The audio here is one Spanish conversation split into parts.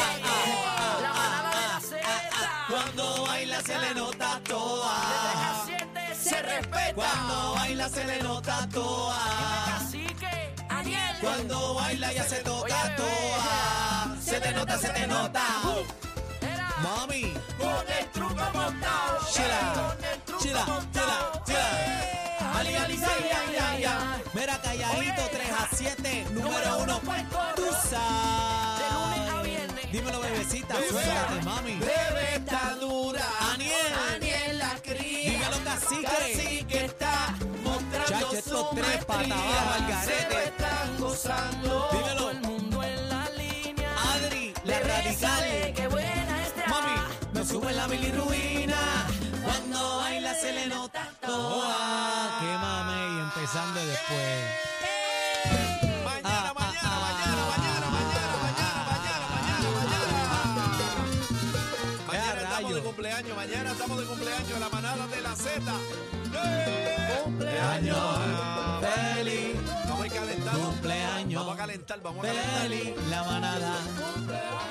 ah, ah, ah, ah, ah. Cuando baila se le nota toa. Se Cuando baila se le nota toa. Así que, Aniel. Cuando baila ya se toca toa. Se te nota, se te nota. Mami. Con el truco montado. Chila, Con el truco chila, chila, montado. chila. Ali, ali, ay, ay, ay, ay. Mira, calladito, 3 a 7, número Número 1. uno, Puerto Tú Rico. sabes. De lunes a viernes. Dímelo, bebecita, Tú suéltate, sabes. mami. Bebe está dura. Aniel. Aniel la cría. Dímelo, cacique. Cacique está mostrando Chacho, estos su tres patas maestría. abajo al garete. Se lo están gozando. Dímelo. Todo el mundo en la línea. Adri, la Bebé, radical. sabe Qué buena está. Mami, me sube la bilirruina. Cuando baila se le nota toa. Ah, Qué mame y empezando después. Ah, Mañana, mañana, mañana, mañana, mañana, mañana, mañana, mañana, mañana. Vea, Mañana estamos rayo. de cumpleaños, mañana estamos de cumpleaños, la manada de la Z. Cumpleaños feliz. Vamos a ir calentando. Cumpleaños. Vamos a calentar, vamos a calentar. Feliz. La manada.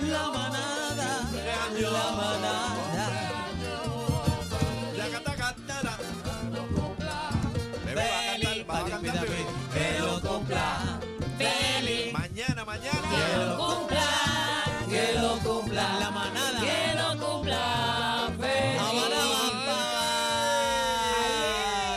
La manada. La manada. Yacata, cantara. Bebé, vas a cantar, vas a Feliz. Para que cantar, pida bebé. que- Que lo cumpla. Feliz. Mañana, mañana. Que lo cumpla. La manada. Que lo cumpla.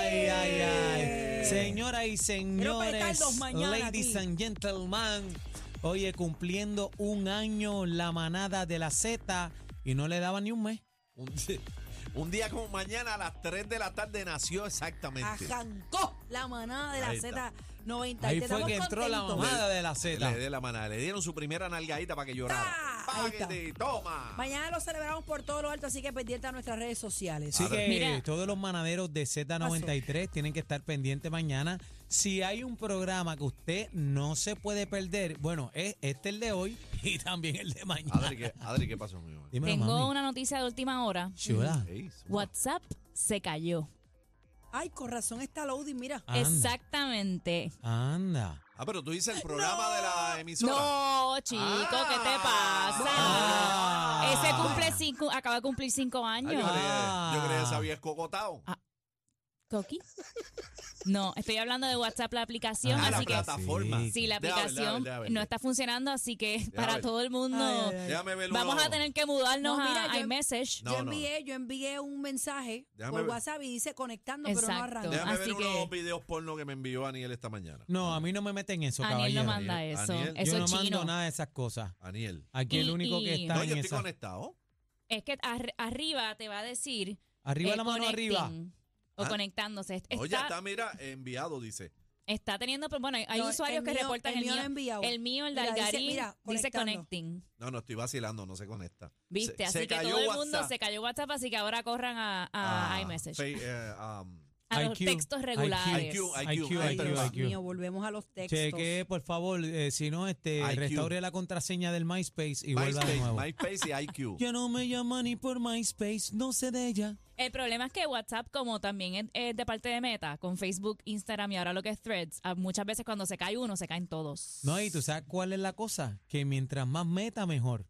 Ay, ay, ay. Señoras y señores, petardos mañana ladies and gentlemen, oye, cumpliendo un año la manada de la Z y no le daba ni un mes. Un, di- un día como mañana a las 3 de la tarde nació exactamente. Ajancó la manada de la Ahí está. Z93. Ahí fue Estamos que entró la contentos. mamada de la Z. Le, de la manada, le dieron su primera nalgadita para que llorara. Ah, ahí está. Págate, toma. Mañana lo celebramos por todo lo alto, así que pendiente a nuestras redes sociales. Así que Mira, todos los manaderos de Z93 tienen que estar pendientes mañana. Si hay un programa que usted no se puede perder, bueno, es este el de hoy y también el de mañana. Adri, ¿qué, Adri, ¿qué pasó, mi amor? Dímelo, Tengo mami. una noticia de última hora. Chula. Ey, zumba. WhatsApp se cayó. ay, con razón está loading, mira. Ah, Anda, Exactamente. Anda. Ah, pero tú dices el programa de la emisora. Ah, No, chico, ¿qué te pasa? Ah. Ese cumple cinco, acaba de cumplir cinco Ay, yo, años. creía, yo creía que se había escogotado. Ah, ¿Coqui? No, estoy hablando de WhatsApp, la aplicación, Ah, a la así que plataforma. Sí. sí, la Déjame ver, déjame aplicación ver, déjame ver. no está funcionando, así que para ver. todo el mundo Ay, ay, Déjame ver vamos uno. a tener que mudarnos No, mira, a yo- iMessage. No, yo envié, yo envié un mensaje Déjame por ver. WhatsApp y dice conectando, pero no Exacto. arranca. Déjame ver así que- unos videos porno que me envió Aniel esta mañana. No, a mí no me meten eso, Aniel no caballero. manda Aniel, eso. Aniel, eso yo no es chino. mando nada de esas cosas. Aniel. Aquí el Y- único que y- está No, yo estoy en este. esa. conectado. Es que ar- arriba te va a decir Arriba eh, la mano arriba. connecting O Ah. conectándose. Está, Oye, está, mira, enviado, dice. está teniendo. pro- Bueno, hay, hay No, usuarios el que mío- reportan el mío no ha enviado. El mío, el de Mira, dice, Algarín, mira, dice, conectando. connecting. No, no, estoy vacilando, no se conecta. Se- ¿Viste? se así que cayó todo el WhatsApp. mundo se cayó WhatsApp, así que ahora corran a, a Ah, iMessage. fe- eh, um, A los IQ, textos regulares. IQ, IQ, IQ, ahí Ay, está. IQ, Dios IQ. mío, volvemos a los textos. Cheque, por favor, eh, si no, este, IQ. restaure la contraseña del MySpace y vuelva de MySpace, nuevo. MySpace y IQ. Ya no me llama ni por MySpace, no sé de ella. El problema es que WhatsApp, como también es, es de parte de Meta, con Facebook, Instagram y ahora lo que es Threads, a- muchas veces cuando se cae uno, se caen todos. No, y tú sabes cuál es la cosa, que mientras más meta, mejor.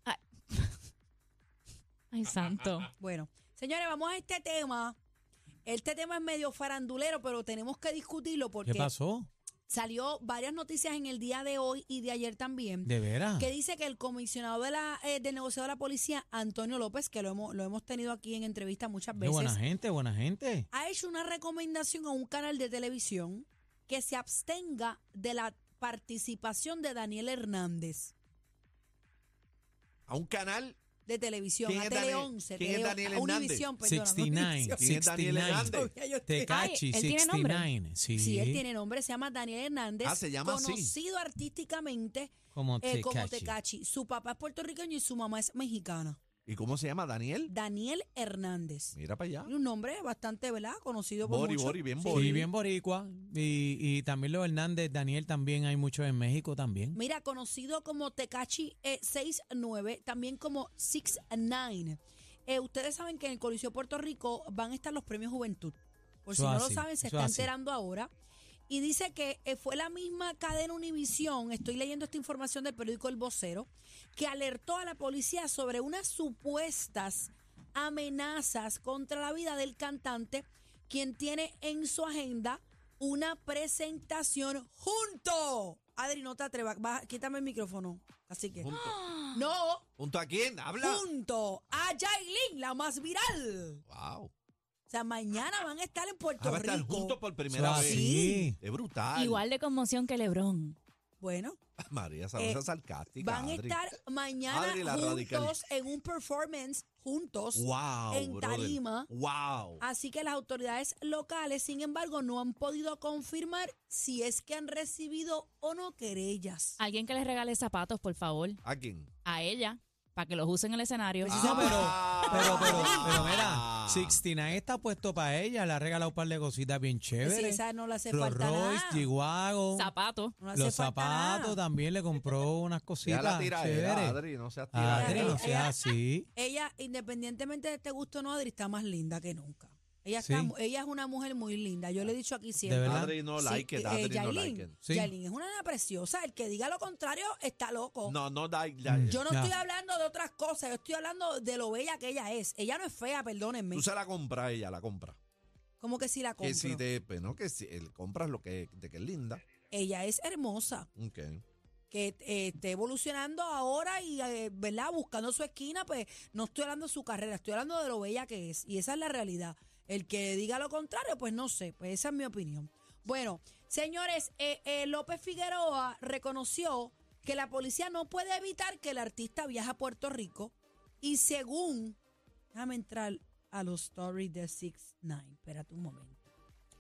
Ay, santo. Ah, Bueno, señores, vamos a este tema. Este tema es medio farandulero, pero tenemos que discutirlo ¿Qué porque pasó? salió varias noticias en el día de hoy y de ayer también. ¿De veras? que dice que el comisionado de la, eh, del negociado de la policía, Antonio López, que lo hemos, lo hemos tenido aquí en entrevista muchas Qué buena veces, gente, buena gente. ha hecho una recomendación a un canal de televisión que se abstenga de la participación de Daniel Hernández A un canal. de televisión, ¿Quién a es Tele Daniel- 11, quién es Tele- Daniel a Hernández? Univision, perdona, 69, Univision. ¿Quién es Daniel 69. Hernández? Todavía yo estoy- Tecachi, Ay, ¿él tiene nombre? 69. Sí, Sí, él tiene nombre, se llama Daniel Hernández, Ah, se llama así. conocido artísticamente Como eh, como Tecachi. Tecachi. Su papá es puertorriqueño y su mamá es mexicana. ¿Y cómo se llama? Daniel. Daniel Hernández. Mira para allá. Y un nombre bastante, ¿verdad? Conocido por Bori, muchos. Bori, bien Sí. Bori. Y bien boricua. Y, y también los Hernández, Daniel también, hay muchos en México también. Mira, conocido como Tecachi 69, también como 69. Eh, ustedes saben que en el Coliseo Puerto Rico van a estar los premios Juventud. Por si Eso no lo así, saben, se eso está así. enterando ahora. Y dice que eh, fue la misma cadena Univisión, estoy leyendo esta información del periódico El Vocero, que alertó a la policía sobre unas supuestas amenazas contra la vida del cantante, quien tiene en su agenda una presentación junto. Adri, no te atrevas, baja, quítame el micrófono. Así que. Junto. No, ¿Junto a quién? Habla. junto a Jailin, la más viral. Wow. O sea, mañana van a estar en Puerto Ah, va a estar Rico. juntos por primera Eso vez. así. Es brutal. Ah, Igual de conmoción que Lebrón. Bueno, María, esa cosa Eh, sarcástica. van a Adri. estar mañana Adri, la juntos en un performance, juntos. Wow, en brother. tarima. Ah. Wow. Así que las autoridades locales, sin embargo, no han podido confirmar si es que han recibido o no querellas. Alguien que le regale zapatos, por favor, ¿A quién? a ella, para que los use en el escenario. Pues, No, pero, Ah. pero, pero, pero mira, 69 está puesto para ella, le ha regalado un par de cositas bien chéveres. Sí, esa no le hace Rolls falta Royce, nada. Chihuahua, Zapatos. No hace los falta zapatos nada. también le compró unas Deja la cositas tiradera, chéveres. Adri, no seas tiradera. Adri, no Ella- seas así. Ella, independientemente de este gusto o no, Adri, está más linda que nunca. Ella, Sí. está mu- ella es una mujer muy linda. Yo le he dicho aquí siempre. verdad? Adri no Sí, like it, eh, Adri no Yailin, like it. Sí. Yailin es una nena preciosa. El que diga lo contrario está loco. No, no like like it. Yo no Ya. estoy hablando de otras cosas. Yo estoy hablando de lo bella que ella es. Ella no es fea, perdónenme. Tú se la compras ella, la compra. Como que si la compro. Que si te, pues, no, que si el, compras lo que, de que es linda. Ella es hermosa. Ok. que eh, esté evolucionando ahora y, eh, ¿verdad? Buscando su esquina, pues no estoy hablando de su carrera, estoy hablando de lo bella que es. Y esa es la realidad. El que diga lo contrario, pues no sé, pues esa es mi opinión. Bueno, señores, eh, eh, López Figueroa reconoció que la policía no puede evitar que el artista viaje a Puerto Rico y según, déjame entrar a los stories de 6ix9ine, espérate un momento.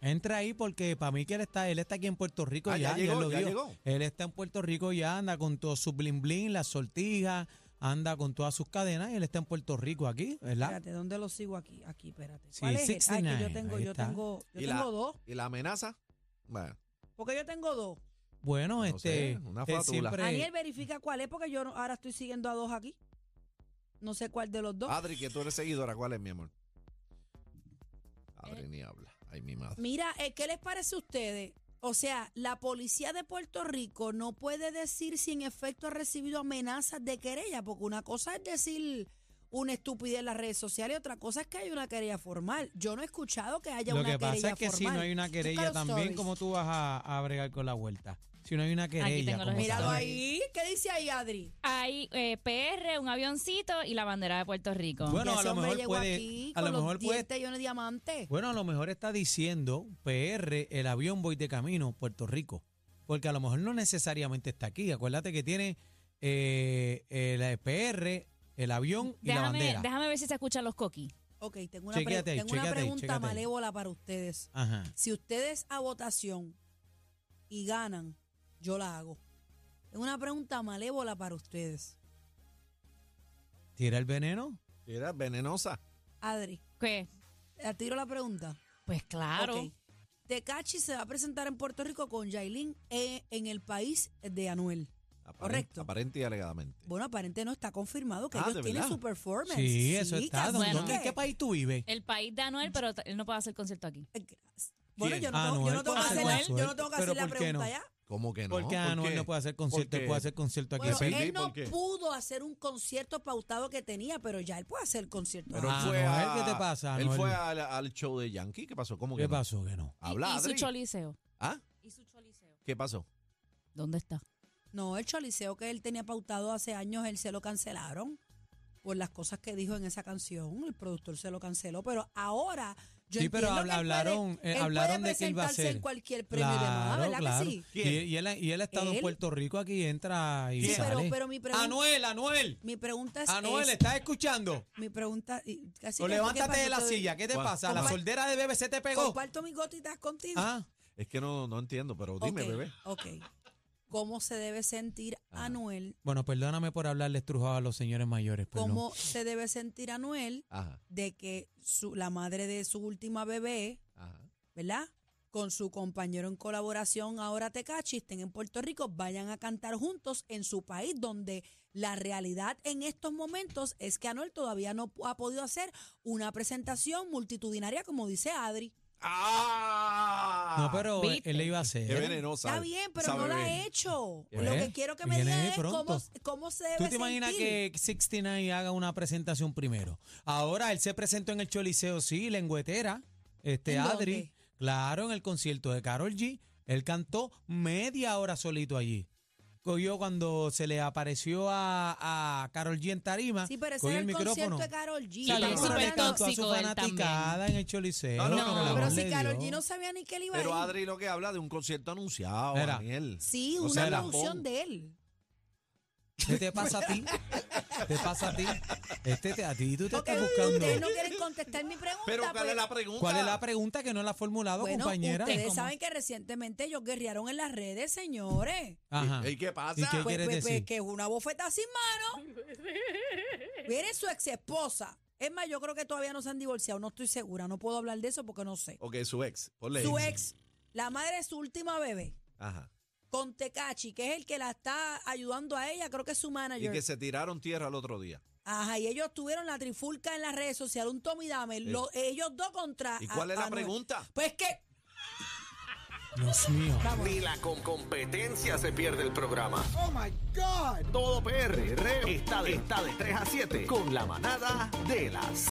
Entra ahí porque para mí que él está, él está aquí en Puerto Rico Ah, ya, ya y él llegó, lo ya dijo. llegó. Él está en Puerto Rico ya, anda con todo su blin blin, las sortijas, anda con todas sus cadenas y él está en Puerto Rico aquí, ¿verdad? Espérate, ¿dónde lo sigo aquí? Aquí, espérate. Sí, ¿Cuál es? el? Ay, que 6ix9ine, yo tengo, ahí yo está. tengo, yo Y tengo la- dos. ¿Y la amenaza? Bueno, Porque yo tengo dos. Bueno, No este, sé, una él fatula. siempre- Daniel verifica cuál es, porque yo no- ahora estoy siguiendo a dos aquí. No sé cuál de los dos. Adri, que tú eres seguidora, ¿cuál es, mi amor? Eh. Adri ni habla. Ay, mi madre. Mira, eh, ¿qué les parece a ustedes? O sea, la policía de Puerto Rico no puede decir si en efecto ha recibido amenazas de querella, porque una cosa es decir una estupidez en las redes sociales y otra cosa es que hay una querella formal. Yo no he escuchado que haya Lo una que querella pasa es que si formal. no hay una Busca querella los también, stories. ¿cómo tú vas a, a bregar con la vuelta? Si no hay una querella, tengo los ¿cómo Míralo sabes? ahí. ¿Qué dice ahí, Adri? Hay eh, PR, un avioncito y la bandera de Puerto Rico. Bueno, Que a ese lo hombre mejor llegó puede- aquí a con lo los mejor puede- 10 tellones de diamantes. Bueno, a lo mejor está diciendo PR, el avión voy de camino, Puerto Rico. Porque a lo mejor no necesariamente está aquí. Acuérdate que tiene eh, el PR, el avión y la déjame, bandera. déjame ver si se escuchan los coquis. Ok, tengo una, pre- Chequéate ahí, tengo una chequéate ahí, pregunta chequéate ahí. malévola para ustedes. Ajá. Si ustedes a votación y ganan, yo la hago. Es una pregunta malévola para ustedes. Tira el veneno. Era venenosa. Adri, ¿Qué? ¿te tiro la pregunta? Pues claro. Ok. Tecachi se va a presentar en Puerto Rico con Yailin eh, en el país de Anuel. Aparent- Correcto. Aparente y alegadamente. Bueno, aparentemente no está confirmado que Ah, ellos ¿de tienen verdad? su performance. Sí, eso está. casi ¿Dónde- bueno. dónde- ¿En qué país tú vives? El país de Anuel, pero t- él no puede hacer concierto aquí. Bueno, ¿Quién? yo no, tengo, yo Anuel no tengo que puede hacer hacer la, concierto. yo no tengo que Pero hacer la ¿por qué pregunta no? ya. ¿Cómo que no? Porque Anuel qué? no puede hacer ¿Por concierto, él qué? puede hacer concierto aquí. Bueno, sí, pero- él ¿por no qué? pudo hacer un concierto pautado que tenía, pero ya él puede hacer el concierto. Pero Ah, él fue Anuel, a, ¿qué te pasa, Él Anuel? fue al, al show de Yankee. ¿Qué pasó? ¿Cómo que ¿Qué no? pasó que no? Habla, y, y su Adri. choliseo. ¿Ah? Y su choliseo. ¿Qué pasó? ¿Dónde está? No, el choliseo que él tenía pautado hace años, él se lo cancelaron por las cosas que dijo en esa canción. El productor se lo canceló, pero ahora Yo sí, pero entiendo habla- que él puede- hablaron, eh, él hablaron puede de que él va a presentarse ser. en cualquier premio y demás, ¿verdad que sí? Y, ¿Quién? y él, ha- y él ha estado ¿Él? en Puerto Rico aquí, entra y Sí, pero, sale. pero mi pregunta, Anuel, Anuel. mi pregunta es Anuel, esta. ¿estás escuchando? mi pregunta y casi o que- ¿qué levántate pasó? de la Estoy- silla, ¿qué te Bueno. pasa? La Compa- soldera de bebé se te pegó. Comparto mis gotitas contigo. Ah, Es que no, no entiendo, pero Pues dime, Ok, bebé. Ok. ¿Cómo se debe sentir Anuel? bueno, perdóname por hablarle estrujado a los señores mayores. Pues ¿Cómo se debe sentir Anuel Ajá, de que su- la madre de su última bebé, ajá. ¿verdad? Con su compañero en colaboración, ahora Tecachi, estén en Puerto Rico, vayan a cantar juntos en su país, donde la realidad en estos momentos es que Anuel todavía no ha podido hacer una presentación multitudinaria, como dice Adri. ¡Ah! no, pero ¿viste? él le iba a hacer. Qué venenosa. Está bien, pero esa no la bebé. he hecho. Pues, Lo que quiero que me viene digan es cómo, pronto. cómo se debe ¿Tú te imaginas sentir. que 69 haga una presentación primero? Ahora él se presentó en el Choliseo, sí, lengüetera. Este ¿En Adri, dónde? claro, en el concierto de Carol G. Él cantó media hora solito allí. Cogió cuando se le apareció a, a Carol G en tarima. Sí, pero ese cogió era el, el micrófono. concierto de Carol G. Salió Estamos súper hablando- cantó a su tóxico él fanaticada en el Choliseo. No, no, por el no, amor de pero si Dios. Carol G no sabía ni que él iba Pero a ir. Adri lo que habla de un concierto anunciado, Mira. Daniel. Sí, O una sea, la producción pon- de él. ¿Qué te pasa a ti? ¿Te pasa a ti? Este te- a ti tú te Ok, estás buscando. Ustedes no quieren contestar mi pregunta. Pero ¿cuál pues. es la pregunta? ¿Cuál es la pregunta que no la ha formulado, Bueno, compañera? ustedes ¿Cómo? saben que recientemente ellos guerrearon en las redes, señores. Ajá. ¿Y, y qué pasa? ¿Y qué- Pues, quieres pues, pues, decir? que es una bofeta sin mano. Eres su ex esposa. Es más, yo creo que todavía no se han divorciado. No estoy segura. No puedo hablar de eso porque no sé. Ok, su ex. ponle. Su ex, la madre de su última bebé, Ajá. con Tecachi, que es el que la está ayudando a ella, creo que es su Y manager. que se tiraron tierra el otro día. Ajá, y ellos tuvieron la trifulca en las redes sociales, un Tommy Dame, lo- ellos dos contra. ¿Y cuál a- es la Anuel. pregunta? Pues que Dios mío. Ni la con competencia se pierde el programa. Oh my God. Todo PR está de, está de 3 a 7 con la manada de las